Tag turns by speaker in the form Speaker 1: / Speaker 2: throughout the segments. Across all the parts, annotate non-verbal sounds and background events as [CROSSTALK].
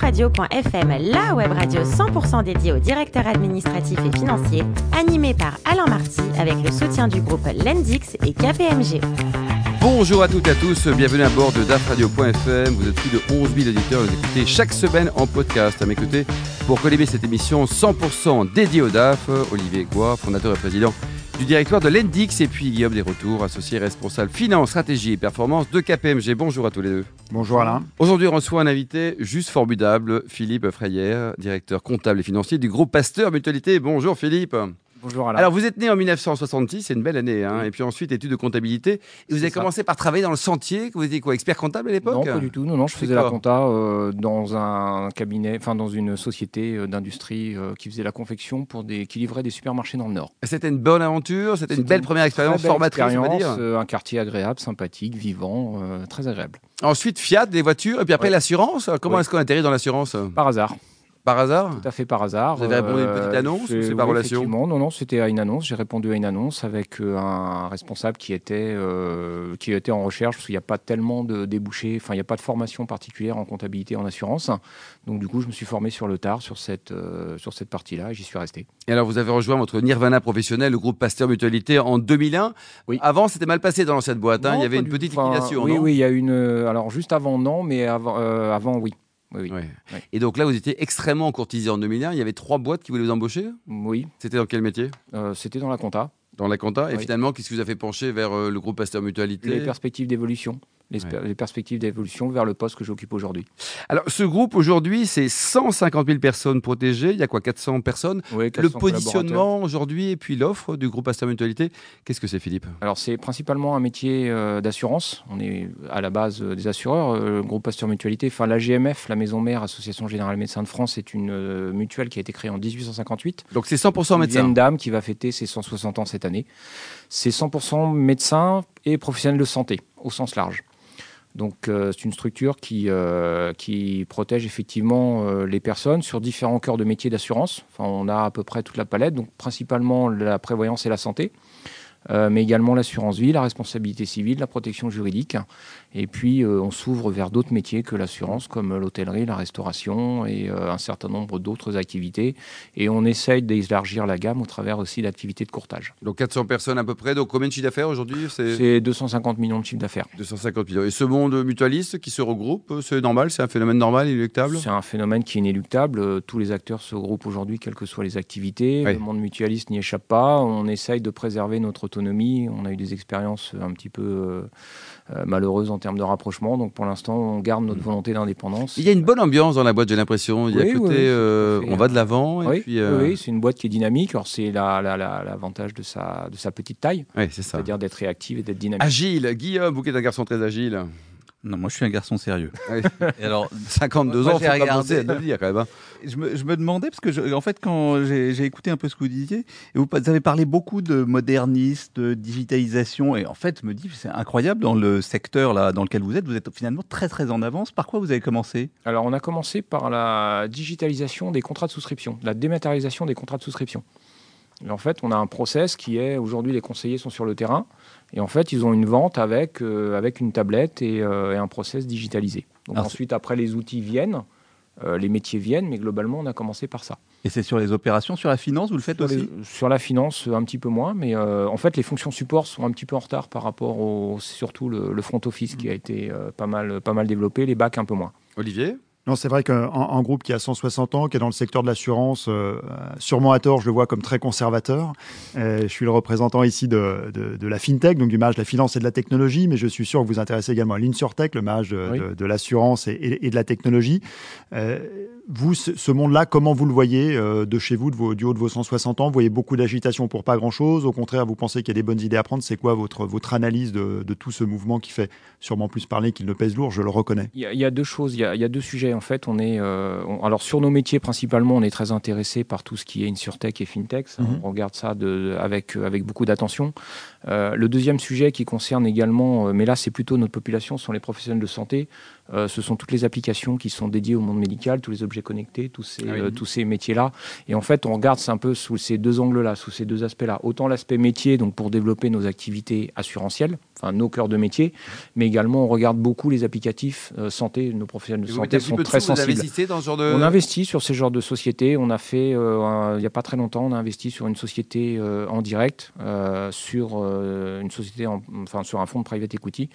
Speaker 1: Radio.fm, la web radio 100% dédiée aux directeurs administratifs et financiers, animée par Alain Marty avec le soutien du groupe Lendix et KPMG.
Speaker 2: Bonjour à toutes et à tous, bienvenue à bord de dafradio.fm. Vous êtes plus de 11 000 auditeurs, vous écoutez chaque semaine en podcast. À mes côtés, pour collimer cette émission 100% dédiée au DAF, Olivier Goua, fondateur et président du directoire de l'ENDIX, et puis Guillaume Desretours, associé responsable finance, stratégie et performance de KPMG. Bonjour à tous les deux.
Speaker 3: Bonjour Alain.
Speaker 2: Aujourd'hui, on reçoit un invité juste formidable, Philippe Frayère, directeur comptable et financier du groupe Pasteur Mutualité. Bonjour Philippe.
Speaker 3: Bonjour Alain.
Speaker 2: Alors, vous êtes né en 1966, c'est une belle année, hein, et puis ensuite études de comptabilité. Et vous avez
Speaker 3: ça.
Speaker 2: commencé par travailler dans le sentier, vous étiez quoi, expert comptable à l'époque
Speaker 3: Non, pas du tout. Non, non, je faisais la
Speaker 2: quoi
Speaker 3: compta euh, dans un cabinet, enfin dans une société euh, d'industrie euh, qui faisait la confection pour des, qui livrait des supermarchés dans le Nord.
Speaker 2: C'était une bonne aventure, c'était une
Speaker 3: C'était
Speaker 2: belle
Speaker 3: une
Speaker 2: première expérience
Speaker 3: Très belle
Speaker 2: formatrice, on va
Speaker 3: expérience,
Speaker 2: dire.
Speaker 3: euh, un quartier agréable, sympathique, vivant, euh, très agréable.
Speaker 2: Ensuite, Fiat, des voitures, et puis après
Speaker 3: Ouais.
Speaker 2: l'assurance. Comment
Speaker 3: Ouais.
Speaker 2: est-ce qu'on atterrit dans l'assurance euh,
Speaker 3: Par hasard,
Speaker 2: Par hasard
Speaker 3: tout à fait par hasard. euh,
Speaker 2: Vous avez répondu à une petite annonce ou c'est par
Speaker 3: oui,
Speaker 2: relation
Speaker 3: effectivement. Non, non, c'était à une annonce. J'ai répondu à une annonce avec euh, un responsable qui était euh, qui était en recherche parce qu'il n'y a pas tellement de débouchés. Enfin, il n'y a pas de formation particulière en comptabilité en assurance. Donc du coup, je me suis formé sur le tard sur cette euh, sur cette partie-là et j'y suis resté.
Speaker 2: Et alors, vous avez rejoint votre Nirvana professionnel, le groupe Pasteur Mutualité, en 2001.
Speaker 3: Oui.
Speaker 2: Avant, c'était mal passé dans l'ancienne boîte. hein.
Speaker 3: Non,
Speaker 2: Il y avait
Speaker 3: pas
Speaker 2: une
Speaker 3: du
Speaker 2: petite
Speaker 3: tout. Enfin,
Speaker 2: liquidation.
Speaker 3: Oui,
Speaker 2: non
Speaker 3: oui, il y a une. euh, alors juste avant, non, mais avant, euh, avant, oui. Oui, oui.
Speaker 2: Ouais.
Speaker 3: Ouais.
Speaker 2: Et donc là, vous étiez extrêmement courtisé en 2001. Il y avait trois boîtes qui voulaient vous embaucher.
Speaker 3: Oui,
Speaker 2: C'était dans quel métier
Speaker 3: euh, c'était dans la compta.
Speaker 2: Dans la compta. Et
Speaker 3: Oui.
Speaker 2: finalement, qu'est-ce qui vous a fait pencher vers euh, le groupe Pasteur Mutualité
Speaker 3: Les perspectives d'évolution. Les, sper- les perspectives d'évolution vers le poste que j'occupe aujourd'hui.
Speaker 2: Alors, ce groupe, aujourd'hui, c'est 150 000 personnes protégées. Il y a quoi 400 personnes
Speaker 3: Oui,
Speaker 2: Le
Speaker 3: 400 collaborateurs.
Speaker 2: positionnement aujourd'hui et puis l'offre du groupe Pasteur Mutualité, qu'est-ce que c'est, Philippe
Speaker 3: Alors c'est principalement un métier euh, d'assurance. On est à la base euh, des assureurs, euh, le groupe Pasteur Mutualité, enfin la GMF, la Maison Mère, Association Générale Médecins de France, est une euh, mutuelle qui a été créée en 1858.
Speaker 2: Donc, c'est 100%
Speaker 3: Il y a
Speaker 2: médecin.
Speaker 3: une dame qui va fêter ses 160 ans cette année. C'est 100% médecins et professionnels de santé au sens large. Donc euh, c'est une structure qui, euh, qui protège effectivement euh, les personnes sur différents cœurs de métiers d'assurance. Enfin, on a à peu près toute la palette, donc principalement la prévoyance et la santé. euh, mais également l'assurance vie, la responsabilité civile, la protection juridique. Et puis, euh, on s'ouvre vers d'autres métiers que l'assurance, comme l'hôtellerie, la restauration et euh, un certain nombre d'autres activités. Et on essaye d'élargir la gamme au travers aussi d'activités de courtage.
Speaker 2: Donc, 400 personnes à peu près. Donc, combien de chiffre d'affaires aujourd'hui C'est
Speaker 3: C'est 250 millions de chiffres d'affaires.
Speaker 2: 250 millions. Et ce monde mutualiste qui se regroupe, c'est normal C'est un phénomène normal, inéluctable
Speaker 3: C'est un phénomène qui est inéluctable. Euh, Tous les acteurs se groupent aujourd'hui, quelles que soient les activités.
Speaker 2: Oui.
Speaker 3: Le monde mutualiste n'y échappe pas. On essaye de préserver notre autonomie. On a eu des expériences un petit peu euh, euh, malheureuses en termes de rapprochement. Donc pour l'instant, on garde notre volonté d'indépendance.
Speaker 2: Mm. Il y a une bonne ambiance dans la boîte, j'ai l'impression. Il y a
Speaker 3: Oui,
Speaker 2: un
Speaker 3: oui,
Speaker 2: côté,
Speaker 3: oui,
Speaker 2: euh,
Speaker 3: tout à fait.
Speaker 2: on va de l'avant. et
Speaker 3: Oui,
Speaker 2: puis, euh,
Speaker 3: oui, c'est une boîte qui est dynamique. Alors c'est la- la- la- l'avantage de sa, de sa petite taille,
Speaker 2: ouais, c'est ça.
Speaker 3: c'est-à-dire d'être réactive et d'être dynamique.
Speaker 2: Agile, Guillaume, vous qui êtes un garçon très agile.
Speaker 4: Non, moi je suis un garçon sérieux.
Speaker 2: Ouais.
Speaker 4: [LAUGHS] Et alors,
Speaker 2: 52
Speaker 4: Moi,
Speaker 2: ans, faut
Speaker 4: j'ai
Speaker 2: pas
Speaker 4: regardé. euh,
Speaker 2: penser à devenir quand même. hein.
Speaker 4: je me, je me demandais, parce que je- en fait, quand j'ai j'ai écouté un peu ce que vous disiez, et vous, pa- vous avez parlé beaucoup de modernisme, de digitalisation, et en fait, je me dis, c'est incroyable dans le secteur là, dans lequel vous êtes, vous êtes finalement très très en avance. Par quoi vous avez commencé
Speaker 3: Alors, on a commencé par la digitalisation des contrats de souscription, la dématérialisation des contrats de souscription. Et en fait, on a un process qui est aujourd'hui les conseillers sont sur le terrain et en fait, ils ont une vente avec, euh, avec une tablette et, euh, et un process digitalisé. Donc,
Speaker 4: Alors,
Speaker 3: ensuite, après, les outils viennent, euh, les métiers viennent, mais globalement, on a commencé par ça.
Speaker 4: Et c'est sur les opérations, sur la finance, vous le faites
Speaker 3: Sur,
Speaker 4: aussi
Speaker 3: les- sur la finance, euh, un petit peu moins, mais euh, en fait, les fonctions support sont un petit peu en retard par rapport au, surtout le, le front office
Speaker 4: Mmh.
Speaker 3: qui a été euh, pas, mal, pas mal développé, les bacs un peu moins.
Speaker 2: Olivier
Speaker 5: Non, c'est vrai qu'un un groupe qui a 160 ans, qui est dans le secteur de l'assurance, euh, sûrement à tort, je le vois comme très conservateur. Euh, je suis le représentant ici de, de- de la fintech, donc du mariage de la finance et de la technologie, mais je suis sûr que vous vous intéressez également à l'insurtech, le mariage de,
Speaker 3: Oui.
Speaker 5: de- de l'assurance et, et- et de la technologie. Euh, vous, ce ce monde-là, comment vous le voyez euh, de chez vous, de vos- du haut de vos 160 ans Vous voyez beaucoup d'agitation pour pas grand-chose Au contraire, vous pensez qu'il y a des bonnes idées à prendre C'est quoi votre, votre analyse de, de tout ce mouvement qui fait sûrement plus parler qu'il ne pèse lourd Je le reconnais.
Speaker 3: Il y, a- il y a deux choses, il y a, il y a deux sujets en fait. On est, euh, on- alors sur nos métiers principalement, on est très intéressé par tout ce qui est insurtech et fintech. Ça,
Speaker 5: Mhm.
Speaker 3: On regarde ça de- avec, euh, avec beaucoup d'attention. Euh, le deuxième sujet qui concerne également, euh, mais là c'est plutôt notre population, ce sont les professionnels de santé. Euh, ce sont toutes les applications qui sont dédiées au monde médical, tous les objets connectés, tous ces,
Speaker 2: Ah oui.
Speaker 3: euh, tous ces métiers-là. Et en fait, on regarde ça un peu sous ces deux angles-là, sous ces deux aspects-là. Autant l'aspect métier, donc pour développer nos activités assurantielles, enfin nos cœurs de métier, mais également on regarde beaucoup les applicatifs euh, santé. Nos professionnels de
Speaker 2: Vous
Speaker 3: santé
Speaker 2: mettez
Speaker 3: sont
Speaker 2: peu de
Speaker 3: très
Speaker 2: sous vous euh,
Speaker 3: sensibles.
Speaker 2: investissez dans ce genre de...
Speaker 3: On investit sur ces genres de sociétés. On a fait, euh, un- il n'y a pas très longtemps, on a investi sur une société euh, en direct, euh, sur, euh, une société en- enfin, sur un fonds de private equity,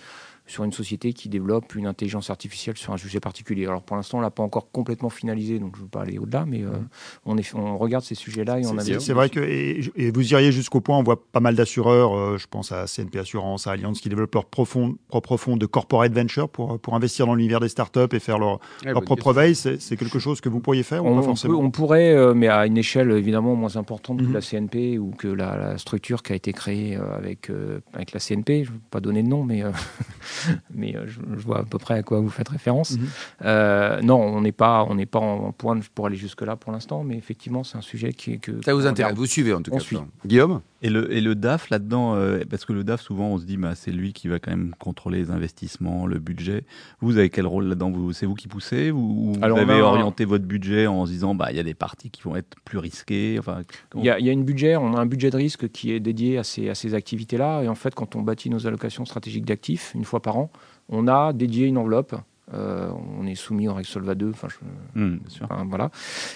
Speaker 3: sur une société qui développe une intelligence artificielle sur un sujet particulier. Alors pour l'instant, on ne l'a pas encore complètement finalisé, donc je ne veux pas aller au-delà, mais euh,
Speaker 2: Mmh.
Speaker 3: on, est, on regarde ces sujets-là et on
Speaker 5: C'est-
Speaker 3: investit.
Speaker 5: C'est vrai que et, et vous iriez jusqu'au point, on voit pas mal d'assureurs, euh, je pense à CNP Assurance, à Allianz, qui développent leur profond, propre fonds de corporate venture pour, euh, pour investir dans l'univers des startups et faire leur,
Speaker 2: Ouais,
Speaker 5: leur
Speaker 2: Eh bonne
Speaker 5: propre
Speaker 2: question.
Speaker 5: veille. C'est c'est quelque chose que vous pourriez faire ou
Speaker 3: On,
Speaker 5: Ah pas
Speaker 3: on
Speaker 5: forcément
Speaker 3: peut- on pourrait, euh, mais à une échelle évidemment moins importante
Speaker 5: Mhm.
Speaker 3: que la CNP ou que la, la structure qui a été créée euh, avec, euh, avec la CNP. Je ne vais pas donner de nom, mais, euh, [LAUGHS] mais euh, je, je vois à peu près à quoi vous faites référence.
Speaker 5: Mhm.
Speaker 3: Euh, non, on n'est pas, on n'est pas en, en point pour aller jusque-là pour l'instant, mais effectivement, c'est un sujet qui est que.
Speaker 2: Ça vous
Speaker 3: qu'on
Speaker 2: intéresse,
Speaker 3: regarde.
Speaker 2: vous suivez en tout
Speaker 3: On
Speaker 2: cas.
Speaker 3: suit.
Speaker 2: ça. Guillaume
Speaker 4: Et le, et le DAF là-dedans, euh, parce que le DAF, souvent, on se dit, bah, c'est lui qui va quand même contrôler les investissements, le budget. Vous avez quel rôle là-dedans Vous- C'est vous qui poussez ou, ou
Speaker 3: Alors,
Speaker 4: vous
Speaker 3: on
Speaker 4: avez
Speaker 3: a un-
Speaker 4: orienté votre budget en se disant, bah, il y a des parties qui vont être plus risquées enfin,
Speaker 3: Il y, a, il y a une budget, on a un budget de risque qui est dédié à ces, à ces activités-là. Et en fait, quand on bâtit nos allocations stratégiques d'actifs, une fois par an, on a dédié une enveloppe. Euh, on est soumis en règle Solva 2, enfin, je-
Speaker 4: Hum, bien sûr.
Speaker 3: Hein, voilà.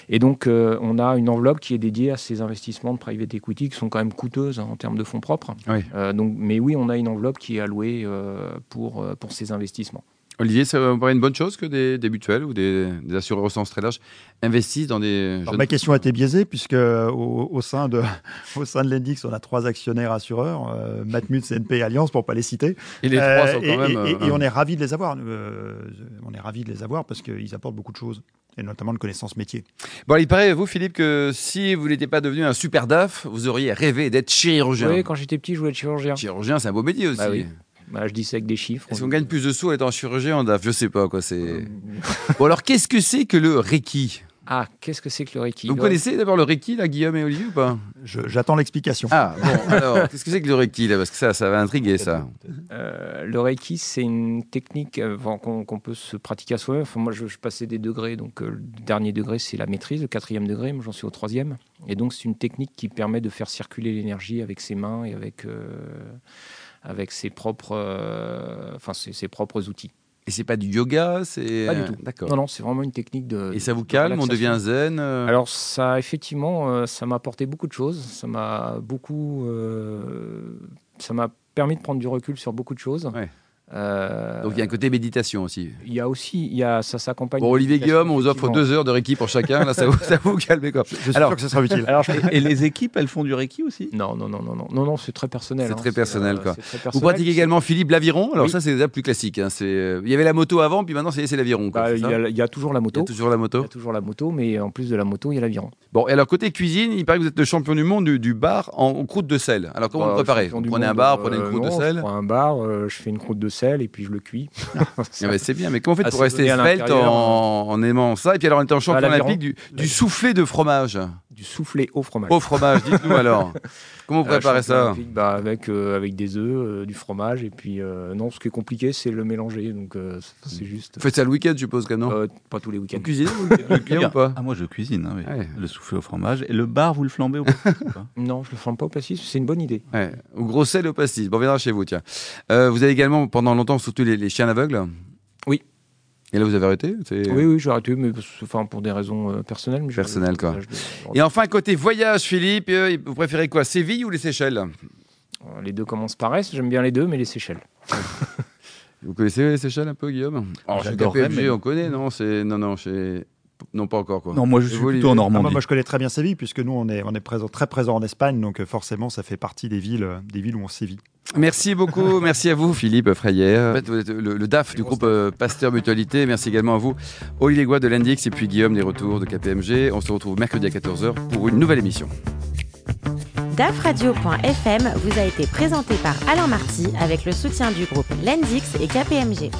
Speaker 3: Et donc, euh, on a une enveloppe qui est dédiée à ces investissements de private equity qui sont quand même coûteuses hein, en termes de fonds propres.
Speaker 2: Oui.
Speaker 3: Euh, donc, mais oui, on a une enveloppe qui est allouée euh, pour, euh, pour ces investissements.
Speaker 2: Olivier, ça vous paraît une bonne chose que des, des mutuelles ou des, des assureurs au sens très large investissent dans des
Speaker 5: Alors,
Speaker 2: jeunes-
Speaker 5: ma question a été biaisée puisque euh, au, au sein de [LAUGHS] au sein de l'Endix, on a trois actionnaires assureurs, euh, Matmut, CNP et Allianz pour pas les citer.
Speaker 2: Et les trois
Speaker 5: Euh,
Speaker 2: sont quand
Speaker 5: et,
Speaker 2: même...
Speaker 5: et- et-
Speaker 2: euh,
Speaker 5: et on est ravi de les avoir. euh, on est ravi de les avoir parce qu'ils apportent beaucoup de choses et notamment de connaissances métiers.
Speaker 2: Bon, il paraît, vous, Philippe, que si vous n'étiez pas devenu un super DAF, vous auriez rêvé d'être chirurgien.
Speaker 3: Oui, quand j'étais petit, je voulais être chirurgien.
Speaker 2: Chirurgien, c'est un beau métier aussi.
Speaker 3: Bah oui. Voilà, je dis ça avec des chiffres.
Speaker 2: Est-ce qu'on gagne plus de sous en étant chirurgien en DAF Je sais pas, quoi. C'est...
Speaker 3: Euh,
Speaker 2: Bon, alors, qu'est-ce que c'est que le Reiki
Speaker 3: Ah, qu'est-ce que c'est que le Reiki
Speaker 2: Vous connaissez d'abord le Reiki, là, Guillaume et Olivier, ou pas
Speaker 5: Je- J'attends l'explication.
Speaker 2: Ah, bon, alors, qu'est-ce que c'est que le Reiki, là Parce que ça, ça va intriguer, ça.
Speaker 3: Euh, le Reiki, c'est une technique euh, enfin, qu'on qu'on peut se pratiquer à soi-même. Enfin, moi, je, je passais des degrés, donc euh, le dernier degré, c'est la maîtrise, le quatrième degré, moi j'en suis au troisième. Et donc, c'est une technique qui permet de faire circuler l'énergie avec ses mains et avec, euh, avec ses, propres, euh, enfin, ses, ses propres outils.
Speaker 2: Et c'est pas du yoga, c'est...
Speaker 3: Pas du tout.
Speaker 2: D'accord.
Speaker 3: Non, non, c'est vraiment une technique de.
Speaker 2: Et ça vous
Speaker 3: de
Speaker 2: calme, on
Speaker 3: relaxation.
Speaker 2: devient zen euh,
Speaker 3: Alors ça, effectivement, euh, ça m'a apporté beaucoup de choses. Ça m'a beaucoup, euh, ça m'a permis de prendre du recul sur beaucoup de choses.
Speaker 2: Ouais.
Speaker 3: Euh,
Speaker 2: Donc, il y a un côté méditation aussi.
Speaker 3: il y a aussi, il y a, ça s'accompagne.
Speaker 2: Bon, Olivier
Speaker 3: d'une
Speaker 2: Guillaume, on vous offre
Speaker 3: effectivement.
Speaker 2: deux heures de Reiki pour chacun. Là, ça vous, ça vous calme, quoi.
Speaker 5: Je, je suis
Speaker 2: Alors-
Speaker 5: sûr que ce sera utile.
Speaker 3: Alors, je-
Speaker 4: Et, et les équipes, elles font du Reiki aussi
Speaker 3: non, non, non, non, non, non, non, c'est très personnel.
Speaker 2: C'est
Speaker 3: hein.
Speaker 2: très personnel, quoi.
Speaker 3: c'est très
Speaker 2: Vous
Speaker 3: personnel.
Speaker 2: pratiquez également Philippe l'aviron. Alors
Speaker 3: Oui.
Speaker 2: ça, c'est déjà plus classique. hein. C'est, euh, Il y avait la moto avant, puis maintenant, c'est c'est l'aviron. quoi,
Speaker 3: Bah,
Speaker 2: c'est
Speaker 3: il, y
Speaker 2: ça
Speaker 3: a, il y a toujours la
Speaker 2: Il y a
Speaker 3: moto.
Speaker 2: toujours la
Speaker 3: Il
Speaker 2: moto.
Speaker 3: y a toujours la moto, mais en plus de la moto, il y a l'aviron.
Speaker 2: Bon, et alors côté cuisine, il paraît que vous êtes le champion du monde du, du bar en, en croûte de sel. Alors comment
Speaker 3: Bah,
Speaker 2: vous le préparez
Speaker 3: champion
Speaker 2: Vous
Speaker 3: du
Speaker 2: prenez un
Speaker 3: monde,
Speaker 2: bar, vous prenez
Speaker 3: euh,
Speaker 2: une croûte de
Speaker 3: non, Je
Speaker 2: sel
Speaker 3: prends un bar, euh, je fais une croûte de sel et puis je le cuis.
Speaker 2: Ah, mais C'est bien, mais comment vous faites
Speaker 3: Ah,
Speaker 2: pour
Speaker 3: c'est
Speaker 2: rester
Speaker 3: donné à
Speaker 2: svelte
Speaker 3: l'intérieur, hein.
Speaker 2: en, en aimant ça Et puis alors, on était en champion
Speaker 3: l'aviron.
Speaker 2: olympique du, du soufflé de fromage.
Speaker 3: du soufflé au fromage.
Speaker 2: Au fromage, dites-nous
Speaker 3: [LAUGHS]
Speaker 2: alors. Comment vous
Speaker 3: Euh,
Speaker 2: préparez
Speaker 3: champion
Speaker 2: ça
Speaker 3: olympique, bah, avec, euh, avec des œufs, euh, du fromage, et puis euh, non, ce qui est compliqué, c'est le mélanger, donc euh, c'est- c'est juste.
Speaker 2: Vous faites ça le week-end, je suppose, quand Mmh. non
Speaker 3: Euh, pas tous les week-ends.
Speaker 2: Vous cuisinez vous, le week-end ou pas
Speaker 4: Ah, moi, je cuisine. hein, oui.
Speaker 2: Ouais.
Speaker 4: Le soufflé au fromage. Et le bar, vous le flambez au pastis
Speaker 3: [LAUGHS]
Speaker 4: ou pas
Speaker 3: Non, je le forme pas au plastique, c'est une bonne idée.
Speaker 2: Ouais, ou gros sel au pastis. Bon, on viendra chez vous, tiens. Euh, vous avez également, pendant longtemps, surtout les, les chiens aveugles
Speaker 3: Oui.
Speaker 2: Et là, vous avez arrêté C'est-
Speaker 3: Oui, oui, j'ai arrêté, mais parce- enfin, pour des raisons euh, personnelles. mais j'ai arrêté
Speaker 2: Personnelles, quoi.
Speaker 3: à l'âge de-
Speaker 2: Et enfin, côté voyage, Philippe, euh, vous préférez quoi Séville ou les Seychelles
Speaker 3: Euh, Les deux commencent par S, j'aime bien les deux, mais les Seychelles.
Speaker 2: Vous connaissez les Seychelles un peu, Guillaume
Speaker 3: Oh,
Speaker 2: Alors, chez
Speaker 4: J'adorerais,
Speaker 2: KPMG,
Speaker 4: mais-
Speaker 2: on connaît, non c'est... Non, non, chez... Non, pas encore, quoi.
Speaker 4: Non, moi, je
Speaker 2: Et
Speaker 4: suis
Speaker 2: vous,
Speaker 4: plutôt
Speaker 2: Olivier
Speaker 4: en
Speaker 5: Ah, moi,
Speaker 4: Normandie.
Speaker 5: moi, je connais très bien Séville, puisque nous, on est, on est présent, très présent en Espagne, donc euh, forcément, ça fait partie des villes, euh, des villes où on sévit.
Speaker 2: Merci beaucoup, [LAUGHS] merci à vous Philippe Frayer. En fait, vous êtes le, le DAF du groupe euh, Pasteur Mutualité. Merci également à vous Olivier Goua de l'Indix et puis Guillaume des Retours de KPMG. On se retrouve mercredi à 14h pour une nouvelle émission.
Speaker 1: DAFradio.fm vous a été présenté par Alain Marty avec le soutien du groupe Lendix et KPMG.